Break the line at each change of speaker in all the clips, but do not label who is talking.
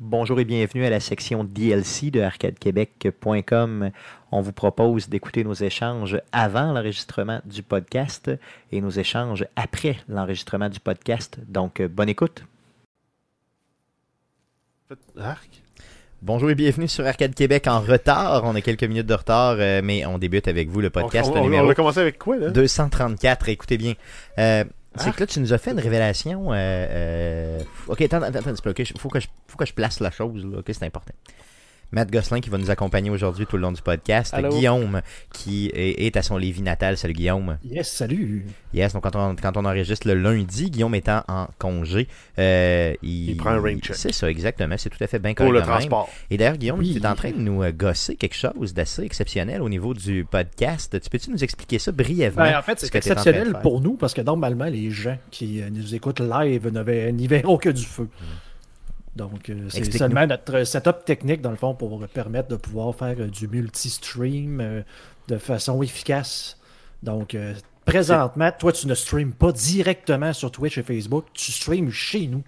Bonjour et bienvenue à la section DLC de arcadequebec.com. On vous propose d'écouter nos échanges avant l'enregistrement du podcast et nos échanges après l'enregistrement du podcast. Donc, euh, bonne écoute.
Arc.
Bonjour et bienvenue sur Arcade Québec en retard. On a quelques minutes de retard, euh, mais on débute avec vous le podcast
on, on-
numéro
on a commencé avec quoi, là?
234. Écoutez bien. Euh, c'est
Ah.
Arc.
que là, tu nous as fait une révélation. euh, euh, Ok, attends, attends, attends un petit peu. ok, je- faut, que je, faut que je place la chose. Là, ok, c'est important. Matt Gosselin qui va nous accompagner aujourd'hui tout le long du podcast.
Allô?
Guillaume qui est, est à son Lévis natal. Salut Guillaume.
Yes, salut.
Yes, donc quand on, quand on enregistre le lundi, Guillaume étant en congé, euh, il,
Il prend un ring check.
C'est ça, exactement. C'est tout à fait bien
Pour
correct
le
de même.
transport.
Et d'ailleurs, Guillaume,
Oui.
tu es en train de nous euh, gosser quelque chose d'assez exceptionnel au niveau du podcast. Tu peux-tu nous expliquer ça brièvement?
Ben, en fait,
ce
c'est
que t'es en train de
exceptionnel
faire?
pour nous parce que normalement, les gens qui euh, nous écoutent live n'avaient- n'y verront que du feu. Donc, euh, c'est
Mm. Explique-nous.
seulement notre setup technique, dans le fond, pour permettre de pouvoir faire euh, du multi-stream euh, de façon efficace. Donc, euh, présentement, toi, tu ne streams pas directement sur Twitch et Facebook, tu streams chez nous.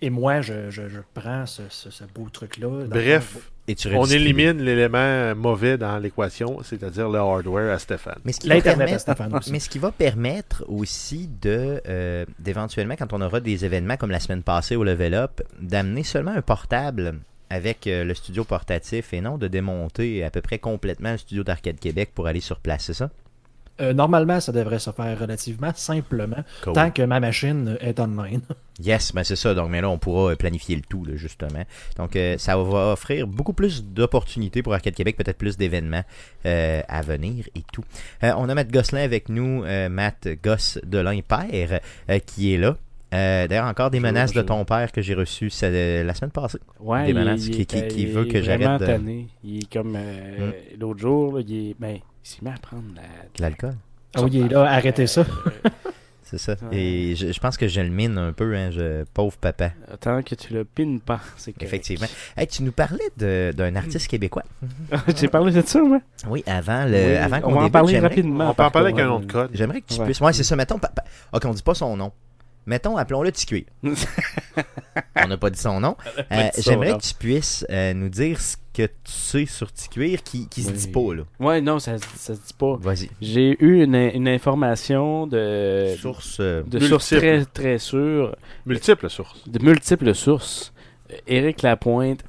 Et moi, je, je- je prends ce, ce- ce beau truc-là. Dans le fond,
Bref,
Et tu
on
redistribues.
élimine l'élément mauvais dans l'équation, c'est-à-dire le hardware à Stéphane.
Mais ce qui va
L'Internet à
permettre-
Stéphane aussi.
Mais ce qui va permettre aussi de euh, d'éventuellement, quand on aura des événements comme la semaine passée au Level Up, d'amener seulement un portable avec euh, le studio portatif et non de démonter à peu près complètement le studio d'Arcade Québec pour aller sur place, c'est ça?
Euh, normalement, ça devrait se faire relativement simplement,
Cool.
tant que ma machine est online.
Yes, ben c'est ça. Donc, mais là, on pourra euh, planifier le tout, là, justement. Donc, euh, ça va offrir beaucoup plus d'opportunités pour Arcade Québec, peut-être plus d'événements euh, à venir et tout. Euh, on a Matt Gosselin avec nous, euh, Matt Goss de l'Impair, euh, qui est là. Euh, D'ailleurs, encore des
Bonjour,
menaces de
bonjour.
ton père que j'ai reçues c'est, euh, la semaine passée.
Ouais,
Des
il est-
menaces
il
qui-
est-
qui- qui
il
veut
est
que j'arrête
vraiment
de- Hum.
tanné. Il est comme euh, l'autre jour, là, il est. Ben, il s'est mis à prendre de la- Euh,
De l'alcool,
Ah oui, il est là, arrêtez ça.
c'est ça.
Ouais.
Et je, je pense que je le mine un peu, hein, je, pauvre papa.
Euh, Tant que tu le pines pas, c'est que.
Effectivement. Hey, tu nous parlais de- d'un artiste
Mm.
québécois.
J'ai parlé de ça, moi.
Oui, avant, le,
Oui,
avant
on
qu'on
va en
débute,
parler
j'aimerais-
rapidement.
on peut en
par
parler avec
contre.
un nom de code.
J'aimerais que tu
Ouais.
puisses. Ouais, c'est ça. Mettons. pa- pa- Ok, on dit pas son nom. Mettons, appelons-le TQ. on n'a pas dit son nom.
pas
Euh,
dit son
J'aimerais
nom.
que tu puisses euh, nous dire ce que tu sais sur TQuir qui, qui se
Oui.
dit pas, là.
euh, Ouais, non, ça, se- ça se dit pas.
Vas-y.
J'ai eu une, une information de.
Source. euh,
De
Multiple.
sources très, très sûres,
Multiples sources.
de multiples sources. Euh, Éric Lapointe.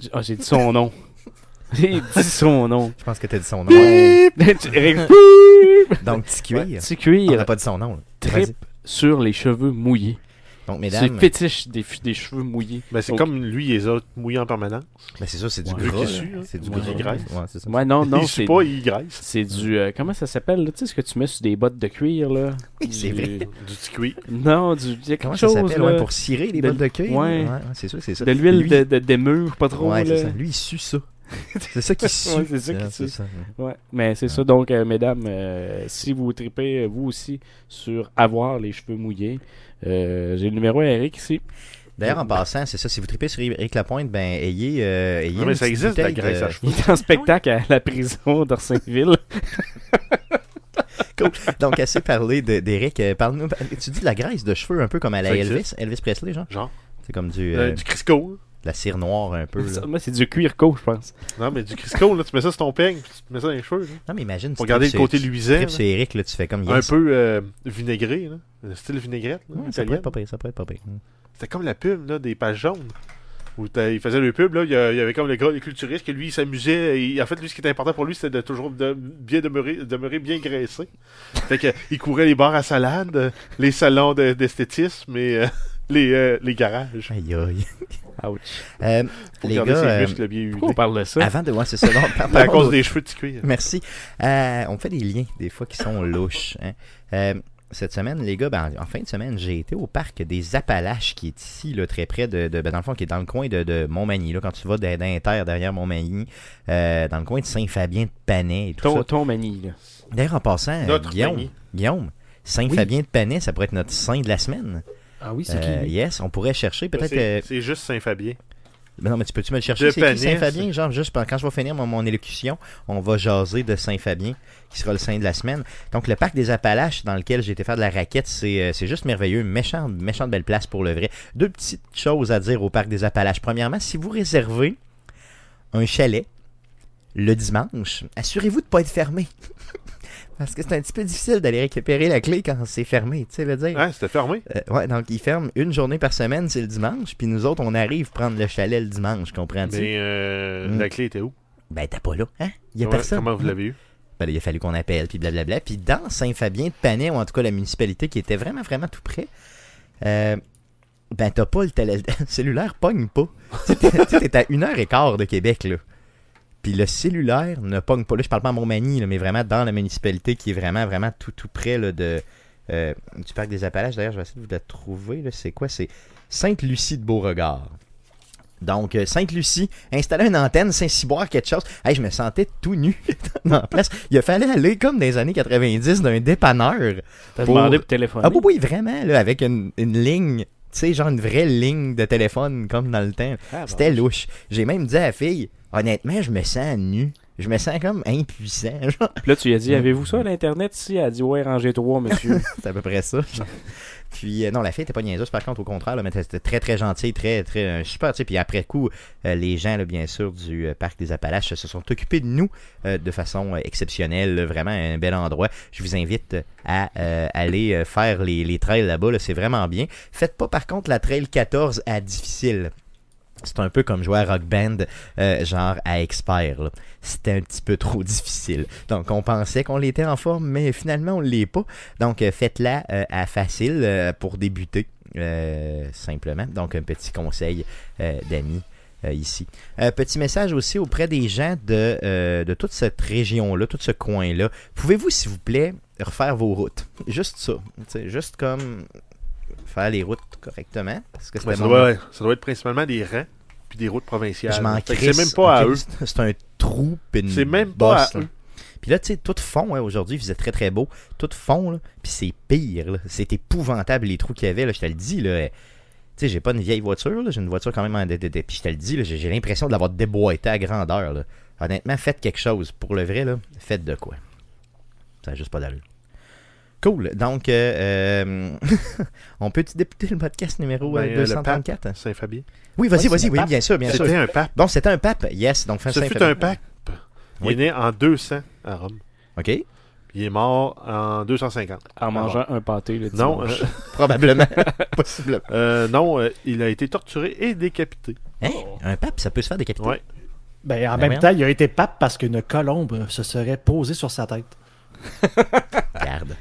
j- Ah, j'ai dit son nom. J'ai dit son nom.
Je pense que tu as dit son nom.
Éric.
Donc, TQuir.
Ouais, euh, petit
On
cuir.
n'a pas dit son nom, là. Vas-y.
Trip sur les cheveux mouillés.
Donc,
C'est
mesdames.
fétiche des, f- des cheveux mouillés.
Mais c'est
Ok.
comme lui et les autres mouillés en permanence.
Ben, c'est ça, c'est du
Ouais.
gras.
Eux
là.
qui suent, hein.
C'est du
Ouais.
gras.
Ils
graissent.
Ouais, c'est ça.
Ouais, Oh, non, non,
il
c'est
sue pas, il graisse.
c'est du euh, comment ça s'appelle là, tu sais ce que tu mets sur des bottes de cuir là
Oui, c'est
Du-
vrai.
Du petit cuit.
Non, du il y a quelque
Comment ça
chose
s'appelle
là,
ouais, pour cirer les
de-
bottes de cuir?
ouais.
c'est sûr, c'est ça.
de l'huile
Lui-
de, de d'émure, pas trop
Ouais,
là.
c'est ça. Lui, il sue ça. C'est ça qui sue.
Ouais, c'est ça qui
Ah,
sue.
ça, ouais.
Ouais, mais c'est ça donc euh, mesdames, euh, si vous tripez euh, vous aussi sur avoir les cheveux mouillés, euh, j'ai le numéro à Eric ici.
D'ailleurs, en passant, c'est ça, si vous tripez sur Eric Lapointe, ben, ayez. euh, ayez
Non,
une
mais ça
petite
existe, la
bouteille
graisse
de-
à cheveux.
Il est en spectacle à la prison d'Orsainville.
Donc, assez parlé de- d'Eric. euh, Parle-nous. Tu dis de la graisse de cheveux un peu comme à la
Ça
Elvis,
existe.
Elvis Presley, genre
Genre.
C'est comme du, euh,
Euh, du Crisco.
de la cire noire un peu. là.
Moi c'est du cuir co, je pense.
Non, mais du Crisco, là, tu mets ça sur ton peigne, puis tu mets ça dans les cheveux. là.
Non, mais imagine.
Pour garder le côté
lui.
luisant.
sur Eric, là, tu fais comme.
là. Un
yes.
peu Mm, euh, vinaigré, là. Le style vinaigrette.
Ouais, ça
là,
pourrait
italienne.
être pas pire, ça pourrait être pas pire.
C'était comme la pub là, des pages jaunes. Où t'as- ils faisaient le pub, là, il y a- il y avait comme le gars, le culturiste, que lui, il s'amusait. il- En fait, lui, ce qui était important pour lui, c'était de toujours de- bien demeurer, demeurer bien graissé. Fait que, il courait les bars à salade, euh, les salons de- d'esthétisme et euh, les, euh, les garages.
Aïe, aïe.
Ouch.
Euh,
Pour
les gars,
garder ses
euh,
muscles bien
Pourquoi on
huilés.
parle de ça
avant de. Ouais, c'est ça. non,
À
parlons
cause
d'autre
des cheveux de cuir.
Merci. Euh, on fait des liens, des fois, qui sont louches. hein. Euh, cette semaine, les gars, ben, en fin de semaine, j'ai été au parc des Appalaches, qui est ici, là, très près de, de- ben, dans le fond, qui est dans le coin de, de Montmagny. Là, quand tu vas d- d'Inter, derrière Montmagny, euh, dans le coin de Saint-Fabien de Panay et tout
ton,
ça.
ton manie là.
D'ailleurs, en passant, euh,
Notre
Guillaume,
Magny.
Guillaume, Saint-Fabien de Panay, ça pourrait être notre saint de la semaine.
Ah oui, c'est
Euh,
qui lui?
yes, on pourrait chercher peut-être...
C'est
euh,
c'est juste Saint-Fabien.
Mais Ben non, mais tu peux-tu me le chercher?
De
C'est qui
Panis,
Saint-Fabien? Genre, juste quand je vais finir mon, mon élocution, on va jaser de Saint-Fabien, qui sera le saint de la semaine. Donc, le parc des Appalaches, dans lequel j'ai été faire de la raquette, c'est euh, c'est juste merveilleux. Méchante, méchante belle place pour le vrai. Deux petites choses à dire au parc des Appalaches. Premièrement, si vous réservez un chalet le dimanche, assurez-vous de ne pas être fermé. Parce que c'est un petit peu difficile d'aller récupérer la clé quand c'est fermé, tu sais, le dire.
Ah, c'était fermé.
Euh, ouais, donc ils ferment une journée par semaine, c'est le dimanche, puis nous autres, on arrive prendre le chalet le dimanche, comprends-tu?
Mais euh,
Mm.
la clé était où
Ben, t'as pas là, hein? Il y a
Comment-
personne.
Comment vous l'avez eu
Ben, il a fallu qu'on appelle, puis blablabla. Puis dans Saint-Fabien de Panay, ou en tout cas la municipalité qui était vraiment, vraiment tout près, euh, ben, t'as pas le, télé- le cellulaire, pogne pas. Tu sais, t'es- tu sais, t'es à une heure et quart de Québec, là. Puis le cellulaire ne pogne pas. Là, je parle pas à Montmagny, là, mais vraiment dans la municipalité qui est vraiment, vraiment tout, tout près là, de, euh, du parc des Appalaches. D'ailleurs, je vais essayer de vous la trouver. là. C'est quoi C'est Sainte-Lucie de Beauregard. Donc, euh, Sainte-Lucie, installer une antenne, Saint-Cyboire, quelque chose. Hey, je me sentais tout nu dans la place. Il a fallu aller, comme dans les années 90, d'un dépanneur
T'as
Pour-
demandé pour téléphoner.
ah oui, oui, vraiment, là, avec une, une ligne, tu sais, genre une vraie ligne de téléphone, comme dans le temps.
Ah, bon.
C'était louche. J'ai même dit à la fille, honnêtement, je me sens nu. Je me sens comme impuissant. genre.
Puis là, tu lui
Mm.
as dit, avez-vous ça à l'Internet ici? Elle a dit, ouais, rangez 3, monsieur.
C'est à peu près ça. genre. Puis, euh, non, la fille était pas niaiseuse, par contre, au contraire, là, mais c'était très, très gentil, très, très euh, super, tu sais. Puis après coup, euh, les gens, là, bien sûr, du euh, parc des Appalaches se sont occupés de nous euh, de façon euh, exceptionnelle. là. Vraiment un bel endroit. Je vous invite à euh, aller euh, faire les, les trails là-bas, là. c'est vraiment bien. Faites pas par contre la trail 14 à difficile. C'est un peu comme jouer à Rock Band, euh, genre à expert. là. C'était un petit peu trop difficile. Donc, on pensait qu'on l'était en forme, mais finalement, on ne l'est pas. Donc, euh, faites-la euh, à facile euh, pour débuter, euh, simplement. Donc, un petit conseil euh, d'amis euh, ici. Euh, petit message aussi auprès des gens de, euh, de toute cette région-là, tout ce coin-là. Pouvez-vous, s'il vous plaît, refaire vos routes? Juste ça. Tu sais, juste comme faire les routes correctement. Parce que
Ouais,
c'était
ça,
mon-
doit, ça doit être principalement des rangs puis des routes provinciales.
je m'en
Fait que
crisse.
C'est même pas à
Ok,
eux.
c'est- C'est un trou pis une
C'est même pas
bosse,
à
là.
eux.
Puis là, tu sais, tout fond, hein, aujourd'hui, il faisait très très beau. Tout fond, là, puis c'est pire. là. C'est épouvantable les trous qu'il y avait, là, je te le dis. là. eh, Tu sais, j'ai pas une vieille voiture, là, j'ai une voiture quand même en. de- de- de- Puis je te le dis, là, j'ai j'ai l'impression de l'avoir déboîté à grandeur. là. Honnêtement, faites quelque chose. Pour le vrai, là, faites de quoi. Ça n'a juste pas d'allure. Cool. Donc, euh, euh, on peut-tu débuter le podcast numéro euh,
Ben, euh, le
234 hein?
Saint-Fabien.
Oui,
Ouais,
vas-y,
c'est
vas-y.
le
Oui,
pape.
bien sûr, bien sûr.
C'était un pape.
Donc, c'était un pape, yes. Donc, fin
Ce fut un pape. Il
Oui.
est né en 200 à Rome.
OK.
Il est mort en 250.
Ah,
En mangeant un pâté le
Non,
dimanche.
euh,
Probablement. Possiblement.
euh, non euh, il a été torturé et décapité.
Hein? Un pape, ça peut se faire décapiter.
Ouais.
Ben, en
Ben
même
voyons.
temps, il a été pape parce qu'une colombe se serait posée sur sa tête.
Regarde.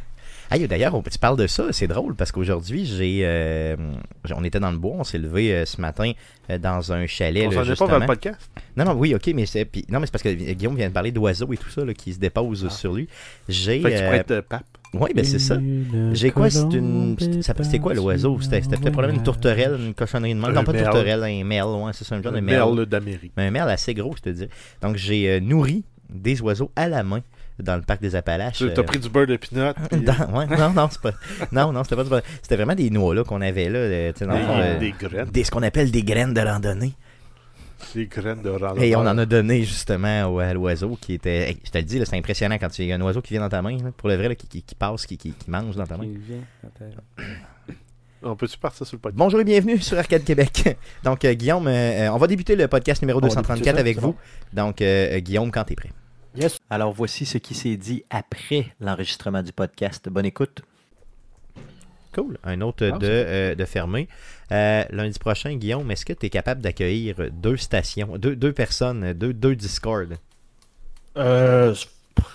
Hey, d'ailleurs, on- tu parles de ça, c'est drôle parce qu'aujourd'hui, j'ai, euh, j'ai- on était dans le bois, on s'est levé euh, ce matin euh, dans un chalet.
On
là,
s'en est pas
justement.
vers le podcast.
Non, non, oui, ok, mais c'est, puis- non, mais c'est parce que Guillaume vient de parler d'oiseaux et tout ça là, qui se déposent sur lui. J'ai.
Ah. Fait que tu pourrais
euh,
être euh, pape.
ouais, ben c'est ça. J'ai quoi C'est une. c'est- ça- C'était quoi l'oiseau C'était, c'était peut-être probablement une tourterelle, une cochonnerie de merde.
Un
Non, pas une
merle.
tourterelle, un merle, ouais, c'est ça, un genre de merle.
Merle d'Amérique.
Mais un merle assez gros, je te dis. Donc, j'ai euh, nourri des oiseaux à la main dans le parc des Appalaches.
Tu
euh,
as pris du beurre de pinot. puis, euh,
dans- ouais, non, non, c'est pas. Non, non, c'était pas. du bon- C'était vraiment des noix là qu'on avait là, euh, tu sais, dans le fond, euh,
Des, des graines.
des- ce qu'on appelle des graines de randonnée.
Des graines de ralentissement.
Et on en a donné justement au- à l'oiseau qui était. hey, je te le dis, là, c'est impressionnant quand tu y a un oiseau qui vient dans ta main, là, pour le vrai, là, qui, qui- qui passe, qui, qui- qui mange dans ta main.
Il vient quand elle-
On peut-tu partir sur le podcast?
Bonjour et bienvenue sur Arcade Québec. Donc, euh, Guillaume, euh, euh, on va débuter le podcast numéro
On va
234
débuter ça,
avec
c'est
vous. Donc, euh, euh, Guillaume, quand t'es prêt.
Yes.
Alors voici ce qui s'est dit après l'enregistrement du podcast. Bonne écoute. Cool. Un autre
Ah,
de, euh, de fermé. Euh, lundi prochain, Guillaume, est-ce que tu es capable d'accueillir deux stations, deux, deux personnes, deux, deux Discord?
Euh,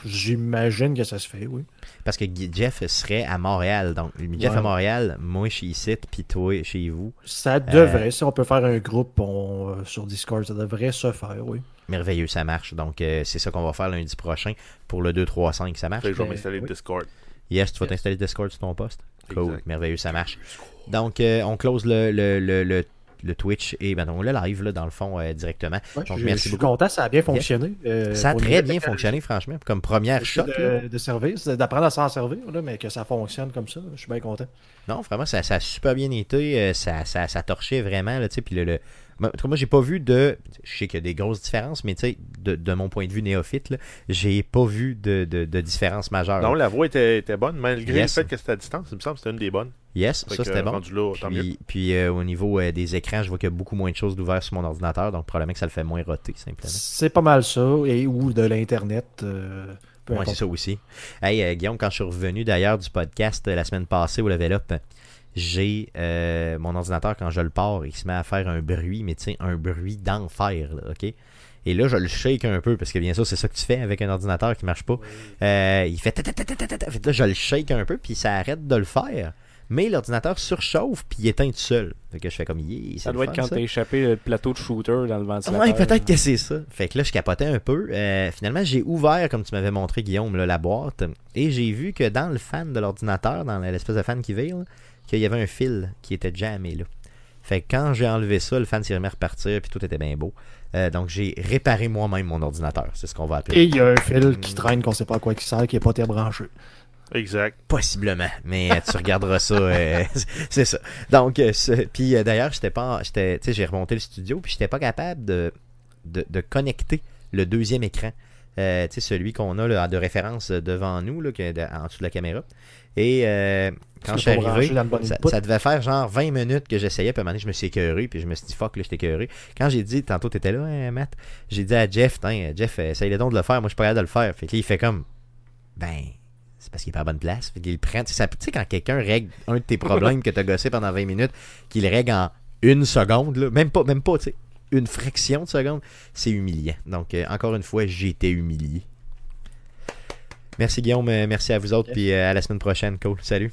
J'imagine que ça se fait, oui.
Parce que Guy- Jeff serait à Montréal. Donc, Jeff
Ouais.
à Montréal, moi chez ici, puis toi chez vous.
Ça devrait, si on peut faire un groupe on, euh, sur Discord, ça devrait se faire, oui.
Merveilleux, ça marche. Donc, euh, c'est ça qu'on va faire lundi prochain pour le 2-3-5. Ça marche?
Fait que je vais m'installer le
oui.
Discord.
Yes, tu vas
Yes.
t'installer Discord sur ton poste. Cool,
Exact.
merveilleux, ça marche. Donc, euh, on close le, le, le, le- le Twitch et ben, donc, le live, là, dans le fond, euh, directement.
Ouais,
Donc,
je,
merci
je suis
beaucoup.
content, ça a bien fonctionné. euh,
Ça a
au
très
niveau
bien fonctionné, franchement, comme première
technologie
shot.
euh,
là.
De, de service, d'apprendre à s'en servir, là, mais que ça fonctionne comme ça, je suis bien content.
Non, vraiment, ça, ça a super bien été. euh, Ça, ça, ça torchait vraiment. Là, tu sais, puis le, le- Moi, en tout cas, moi, j'ai pas vu de. Je sais qu'il y a des grosses différences, mais tu sais, de, de mon point de vue néophyte, là, j'ai pas vu de, de- de différence majeure.
Non, la voix était, était bonne, malgré
Ah. Yes.
le fait que c'était à distance. Il me semble que c'était une des bonnes.
yes,
Fait
ça
que,
c'était
euh,
bon.
rendu là, tant mieux.
Puis, puis, euh, au niveau euh, des écrans, je vois qu'il y a beaucoup moins de choses d'ouvertes sur mon ordinateur, donc probablement que ça le fait moins roter, simplement.
C'est pas mal ça, et ou de l'Internet. euh, peu
Ouais, c'est
importe.
ça aussi. Hey, euh, Guillaume, quand je suis revenu d'ailleurs du podcast euh, la semaine passée au Level Up, j'ai euh, mon ordinateur, quand je le pars, il se met à faire un bruit, mais tu sais, un bruit d'enfer, là, OK? Et là, je le shake un peu, parce que bien sûr, c'est ça que tu fais avec un ordinateur qui marche pas. Euh, il fait... ta- ta- ta- ta- ta- ta- ta. Fait que Là, je le shake un peu, puis ça arrête de le faire. Mais l'ordinateur surchauffe, puis il éteint tout seul. Fait que je fais comme... Yeah, c'est
Ça
le
doit être
fun,
quand
ça.
t'as échappé le plateau de shooter dans le ventilateur.
Ouais, peut-être que c'est ça. Fait que là, je capotais un peu. Euh, finalement, j'ai ouvert, comme tu m'avais montré, Guillaume, là, la boîte. Et j'ai vu que dans le fan de l'ordinateur, dans l'espèce de fan qui veille, là, qu'il y avait un fil qui était jamais là. Fait que quand j'ai enlevé ça, le fan s'est remis à repartir, puis tout était bien beau. Euh, donc, j'ai réparé moi-même mon ordinateur. C'est ce qu'on va appeler.
Et il y a un fil
Hmm.
qui traîne qu'on sait pas à quoi qui sert, qui est pas très branché.
Exact.
Possiblement, mais euh, tu regarderas ça, euh, c'est ça. Donc, euh, ce- puis euh, d'ailleurs, j'étais pas, en- j'étais, tu sais, j'ai remonté le studio, puis j'étais pas capable de, de, de connecter le deuxième écran, Euh, tu sais, celui qu'on a là, de référence euh, devant nous, là, qui est de- en dessous de la caméra. Et euh, quand
Tu
je suis
l'as pas branché
arrivé,
dans le bon
ça,
input.
ça devait faire genre 20 minutes que j'essayais, puis à un moment donné, je me suis écœuré, puis je me suis dit, fuck, là, j'étais écœuré. Quand j'ai dit, tantôt, t'étais là, hein, Matt, j'ai dit à Jeff, tiens, Jeff, euh, essaye le don de le faire, moi, je suis pas capable de le faire. Fait que là, il fait comme, ben, c'est parce qu'il est pas à bonne place. Fait qu'il le prend. Tu sais, ça- tu sais, quand quelqu'un règle un de tes problèmes que t'as gossé pendant 20 minutes, qu'il le règle en une seconde, là, même pas, même pas, tu sais, une fraction de seconde, c'est humiliant. Donc, euh, encore une fois, j'ai été humilié. Merci Guillaume, euh, merci à vous autres, puis euh, à la semaine prochaine. Cool, salut.